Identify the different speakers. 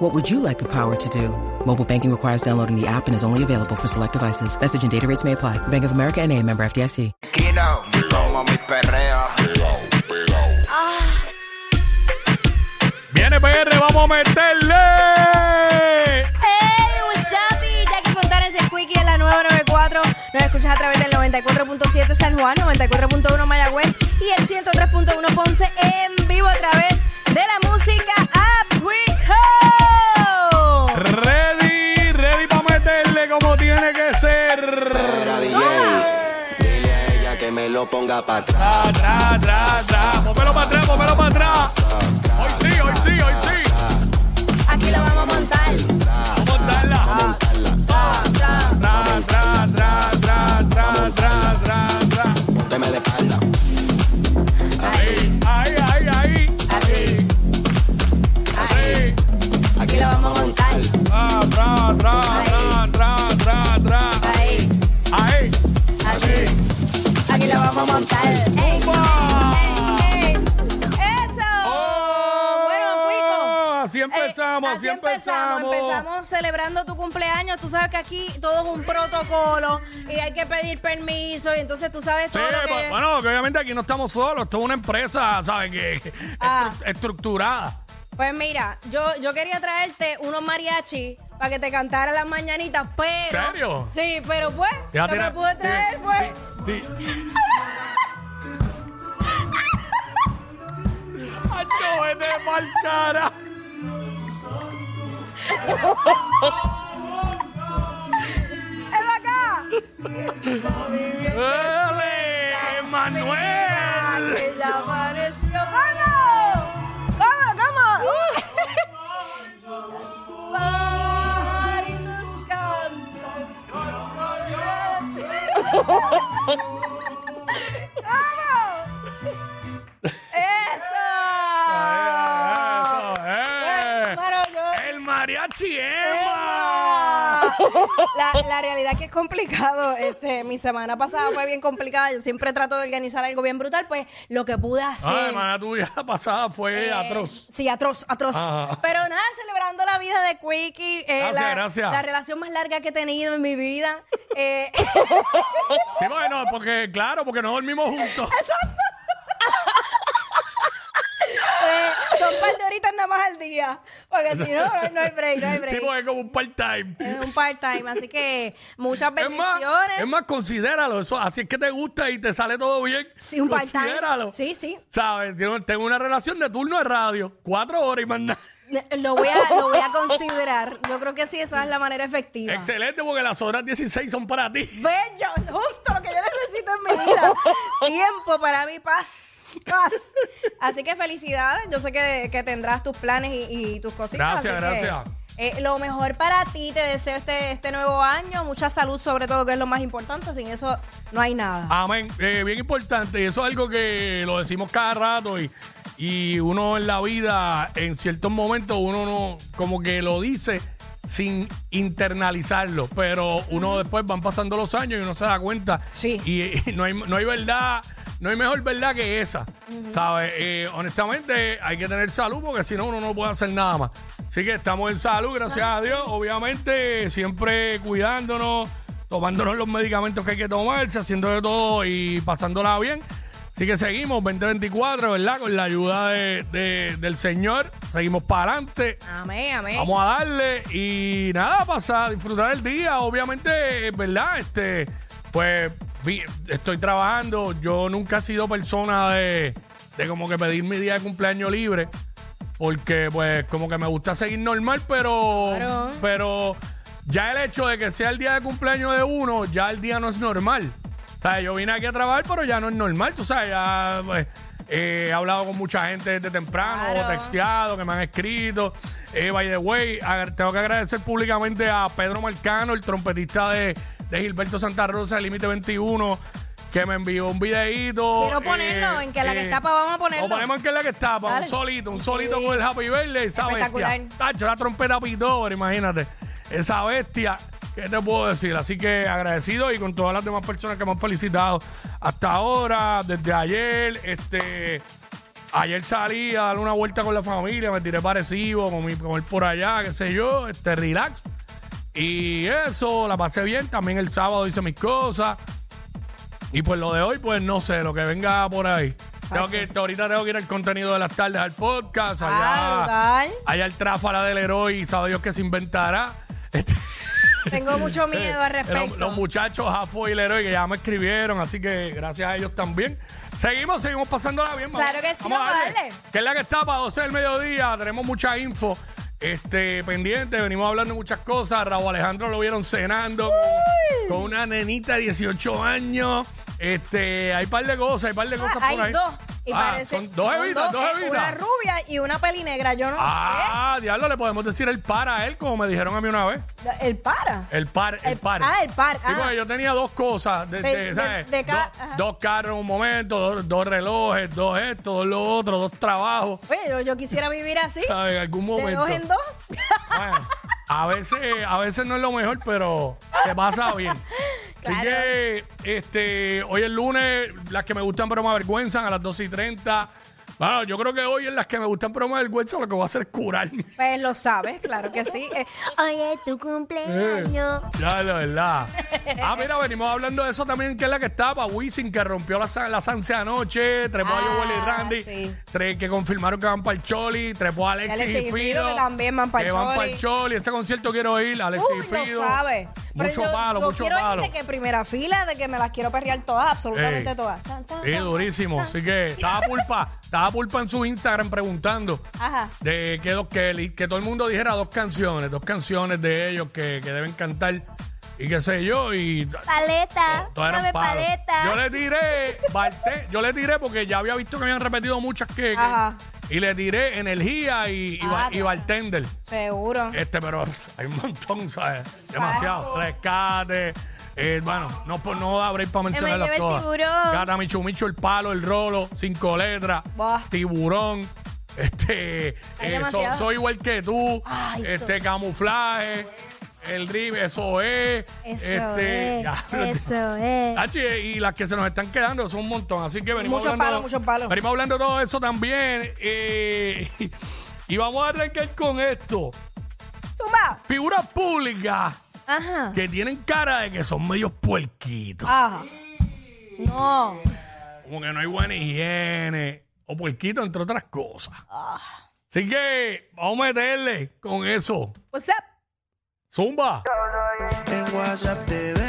Speaker 1: What would you like the power to do? Mobile banking requires downloading the app and is only available for select devices. Message and data rates may apply. Bank of America and a member FDIC.
Speaker 2: Kino, como mi perreo.
Speaker 3: Viene PR, vamos a meterle.
Speaker 4: ¡Hey, what's up? Y ya que contar ese quickie en la 994. Nos escuchas a través del 94.7 San Juan, 94.1 Mayagüez y el 103.1 Ponce en vivo a través de la música App Quico.
Speaker 3: Ready, ready para meterle como tiene que ser.
Speaker 5: Era DJ. Dile a ella que me lo ponga para atrás.
Speaker 3: Tra, tra, tra, tra. Pómelo para atrás, pómelo para atrás. Hoy sí, hoy sí, hoy sí.
Speaker 4: Aquí lo vamos a montar.
Speaker 3: Vamos a
Speaker 5: Ah.
Speaker 3: montarla. Tra, tra, tra, tra, tra, tra, tra, tra.
Speaker 5: Pónteme de espalda.
Speaker 3: Ahí, ahí, ahí, ahí.
Speaker 4: Así,
Speaker 3: Ahí.
Speaker 5: Aquí la vamos a montar.
Speaker 3: Tra, tra, tra, tra, tra, tra, tra.
Speaker 4: ahí,
Speaker 3: Ahí.
Speaker 4: así. Aquí lo vamos a montar. Ey, ey, ey. ¡Eso! Oh, Bueno, Quico.
Speaker 3: ¡Oh! Así Oh, empezamos,
Speaker 4: Eh,
Speaker 3: así empezamos.
Speaker 4: Empezamos celebrando tu cumpleaños. Tú sabes que aquí todo es un protocolo y hay que pedir permiso. Y entonces tú sabes
Speaker 3: Sí,
Speaker 4: todo lo
Speaker 3: pues,
Speaker 4: que.
Speaker 3: bueno, que obviamente aquí no estamos solos, esto es una empresa, ¿sabes qué?
Speaker 4: Ah.
Speaker 3: Estru- estructurada.
Speaker 4: Pues mira, yo, yo quería traerte unos mariachi para que te cantara las mañanitas,
Speaker 3: ¿Serio?
Speaker 4: pero. Sí, pero pues.
Speaker 3: Ya
Speaker 4: lo que
Speaker 3: tiene-
Speaker 4: pude traer
Speaker 3: tiene-
Speaker 4: fue.
Speaker 3: Di- ¡Acho, vete pa'l cara!
Speaker 4: ¡Es acá!
Speaker 3: ¡Dale, Manuel!
Speaker 4: ¡Que ya apareció! ¡Vamos! ¡Vamos, vamos! Marinos cantan con glorias. ¡Vamos! ¡Eso!
Speaker 3: Eso, eh.
Speaker 4: Bueno, yo-
Speaker 3: ¡El mariachi Emma!
Speaker 4: Emma. La, la realidad es que es complicado. Este, mi semana pasada fue bien complicada. Yo siempre trato de organizar algo bien brutal, pues lo que pude hacer.
Speaker 3: Ah, hermana tuya pasada fue
Speaker 4: Eh,
Speaker 3: atroz.
Speaker 4: Sí, atroz, atroz.
Speaker 3: Ajá.
Speaker 4: Pero nada, celebrando la vida de Quickie. eh,
Speaker 3: Gracias,
Speaker 4: la,
Speaker 3: gracias.
Speaker 4: la relación más larga que he tenido en mi vida. Eh,
Speaker 3: Sí, bueno, porque, claro, porque no dormimos juntos.
Speaker 4: eh, son par de horitas nada más al día. Porque si no, no, no hay break, no hay break.
Speaker 3: Sí, pues. porque es como un part-time.
Speaker 4: es un part-time, así que muchas
Speaker 3: Es más,
Speaker 4: bendiciones.
Speaker 3: es más, considéralo. Eso, así es que te gusta y te sale todo bien.
Speaker 4: Sí, un part-time.
Speaker 3: Considéralo.
Speaker 4: Sí, sí.
Speaker 3: ¿Sabes? Tengo, tengo una relación de turno de radio. Cuatro horas y más nada.
Speaker 4: Lo voy, a, lo voy a considerar. Yo creo que sí, esa es la manera efectiva.
Speaker 3: Excelente, porque las horas 16 son para ti.
Speaker 4: Bello, justo lo que yo necesito en mi vida. Tiempo para mi paz. Paz. Así que felicidades. Yo sé que, que tendrás tus planes y, y tus cositas.
Speaker 3: Gracias,
Speaker 4: así que,
Speaker 3: gracias.
Speaker 4: eh, lo mejor para ti, te deseo este, este nuevo año, mucha salud sobre todo, que es lo más importante, sin eso no hay nada.
Speaker 3: Amén. Eh, bien importante. Y eso es algo que lo decimos cada rato. Y, y uno en la vida, en ciertos momentos, uno no, como que lo dice sin internalizarlo, pero uno después van pasando los años y uno se da cuenta
Speaker 4: Sí.
Speaker 3: y, y no, hay, no hay verdad, no hay mejor verdad que esa, ¿sabes? Eh, honestamente, hay que tener salud porque si no, uno no puede hacer nada más. Así que estamos en salud, gracias a Dios. Obviamente, siempre cuidándonos, tomándonos los medicamentos que hay que tomarse, haciendo de todo y pasándola bien. Así que seguimos, 2024, ¿verdad? Con la ayuda de- de- del Señor, seguimos para adelante.
Speaker 4: Amén, amén.
Speaker 3: Ah. Vamos a darle y nada, pasar, disfrutar el día. Obviamente, eh, ¿verdad? Este, pues vi- estoy trabajando. Yo nunca he sido persona de, de como que pedir mi día de cumpleaños libre. Porque, pues, como que me gusta seguir normal, pero.
Speaker 4: Claro.
Speaker 3: Pero ya el hecho de que sea el día de cumpleaños de uno, ya el día no es normal. O sea, yo vine aquí a trabajar, pero ya no es normal. Tú sabes, ya pues, eh, he hablado con mucha gente desde temprano,
Speaker 4: Claro.
Speaker 3: texteado, que me han escrito. Eh, by the way, agra- tengo que agradecer públicamente a Pedro Marcano, el trompetista de, de Gilberto Santa Rosa, de Límite 21, que me envió un videíto. eh,
Speaker 4: Quiero ponerlo, en que la que tapa vamos a ponerlo.
Speaker 3: Lo ponemos en que la que tapa,
Speaker 4: Dale.
Speaker 3: un solito, un solito
Speaker 4: Sí.
Speaker 3: con el Happy Birthday, esa
Speaker 4: Espectacular.
Speaker 3: bestia. Tacho, la trompeta Pitover, imagínate. Esa bestia, ¿qué te puedo decir? Así que agradecido y con todas las demás personas que me han felicitado hasta ahora, desde ayer, este... Ayer salí a darle una vuelta con la familia, me tiré parecido, comí, comer por allá, qué sé yo, este relax. Y eso, la pasé bien. También el sábado hice mis cosas. Y pues lo de hoy, pues no sé, lo que venga por ahí. Tengo que, ahorita tengo que ir al contenido de las tardes al podcast. Allá,
Speaker 4: Ah, brutal.
Speaker 3: allá el tráfala del héroe y sabe Dios que se inventará. Este,
Speaker 4: Tengo
Speaker 3: Eh,
Speaker 4: mucho miedo al respecto.
Speaker 3: los, los muchachos Jafo y el héroe que ya me escribieron, así que gracias a ellos también. Seguimos, seguimos pasándola bien. vamos-
Speaker 4: Claro que sí,
Speaker 3: vamos a
Speaker 4: vamos a
Speaker 3: darle.
Speaker 4: darle.
Speaker 3: Que es la que está para 12 del mediodía. Tenemos mucha info este, pendiente. Venimos hablando de muchas cosas. Raúl Alejandro lo vieron cenando con, con una nenita de 18 años. Este, hay par de cosas, hay par de cosas
Speaker 4: Ah, Hay
Speaker 3: por ahí.
Speaker 4: dos. Y
Speaker 3: Ah,
Speaker 4: parece-
Speaker 3: son dos evitas, dos
Speaker 4: eh, Una
Speaker 3: evitas.
Speaker 4: rubia y una pelinegra. Yo no
Speaker 3: Ah, diablo, le podemos decir el par a él, como me dijeron a mí una vez.
Speaker 4: sé. El para.
Speaker 3: El par, el,
Speaker 4: El-
Speaker 3: par.
Speaker 4: ah, el par,
Speaker 3: Sí,
Speaker 4: ah.
Speaker 3: porque yo tenía dos cosas. De,
Speaker 4: De-
Speaker 3: de-
Speaker 4: de-
Speaker 3: ¿sabes?
Speaker 4: de ca-
Speaker 3: dos,
Speaker 4: ajá.
Speaker 3: dos carros en un momento, dos, dos relojes, dos esto, dos lo otro, dos trabajos.
Speaker 4: Oye, Pues, yo, yo quisiera vivir así.
Speaker 3: ¿Sabes? En algún
Speaker 4: De
Speaker 3: Ah, momento.
Speaker 4: dos en dos.
Speaker 3: Bueno, a veces, a veces no es lo mejor, pero se pasa bien. Así
Speaker 4: Claro.
Speaker 3: que este, hoy es lunes, las que me gustan pero me avergüenzan a las 12 y 30. Bueno, yo creo que hoy en las que me gustan pero me avergüenzan lo que voy a hacer es curarme.
Speaker 4: Pues lo sabes, claro que sí. Eh, Oye, tu cumpleaños.
Speaker 3: Ya, la verdad. Ah, mira, venimos hablando de eso también, que es la que estaba, Wisin, que rompió la, san- la Sanse anoche, trepó a
Speaker 4: Ah,
Speaker 3: Joel y Randy,
Speaker 4: sí.
Speaker 3: tres que confirmaron que van para el Choli, trepó a Alexis,
Speaker 4: Alexis
Speaker 3: y
Speaker 4: y
Speaker 3: Fido,
Speaker 4: Fido, que también van pa'l
Speaker 3: que van
Speaker 4: Choli.
Speaker 3: pa'l Choli. Ese concierto quiero ir, Alexis
Speaker 4: Uy,
Speaker 3: y Fido.
Speaker 4: lo sabes. Pero
Speaker 3: Mucho
Speaker 4: yo-
Speaker 3: palo,
Speaker 4: yo
Speaker 3: mucho
Speaker 4: quiero ir
Speaker 3: palo.
Speaker 4: de que primera fila, de que me las quiero perrear todas, absolutamente
Speaker 3: Ey.
Speaker 4: todas. Tan, tan,
Speaker 3: Sí,
Speaker 4: tan,
Speaker 3: durísimo.
Speaker 4: tan.
Speaker 3: Así que estaba Pulpa, estaba Pulpa en su Instagram preguntando
Speaker 4: Ajá.
Speaker 3: de que, dos- que, li- que todo el mundo dijera dos canciones, dos canciones de ellos que, que deben cantar y qué sé yo. Y
Speaker 4: Paleta,
Speaker 3: Oh, Todas eran
Speaker 4: dame
Speaker 3: palos.
Speaker 4: paleta.
Speaker 3: Yo le tiré, Barté, yo le tiré porque ya había visto que habían repetido muchas que. que-
Speaker 4: Ajá.
Speaker 3: y le tiré energía y, y, ba-
Speaker 4: Ah,
Speaker 3: y bartender.
Speaker 4: Seguro.
Speaker 3: Este, pero pff, hay un montón, ¿sabes? Demasiado. Rescate. eh, bueno, no, pues, no da break para mencionarlas
Speaker 4: lleva el
Speaker 3: todas.
Speaker 4: tiburón.
Speaker 3: Gata Michu Michu, el palo, el rolo, cinco letras,
Speaker 4: Buah.
Speaker 3: tiburón. Este, eh, so-
Speaker 4: demasiado.
Speaker 3: soy igual que tú.
Speaker 4: Ay,
Speaker 3: este, camuflaje, el rib, eso es.
Speaker 4: Eso
Speaker 3: este,
Speaker 4: es,
Speaker 3: ya, pero-
Speaker 4: eso es.
Speaker 3: Hachi, y las que se nos están quedando son un montón. Así que venimos
Speaker 4: Muchos
Speaker 3: hablando.
Speaker 4: palos, muchos palos.
Speaker 3: Venimos hablando de todo eso también. eh, y vamos a arrancar con esto
Speaker 4: Zumba.
Speaker 3: figuras públicas
Speaker 4: Ajá.
Speaker 3: que tienen cara de que son medios puerquitos.
Speaker 4: Ajá. No.
Speaker 3: Como que no hay buena higiene. O puerquitos, entre otras cosas.
Speaker 4: Ah.
Speaker 3: Así que vamos a meterle con eso.
Speaker 4: Pues, What's up?
Speaker 3: Zumba.
Speaker 5: En WhatsApp te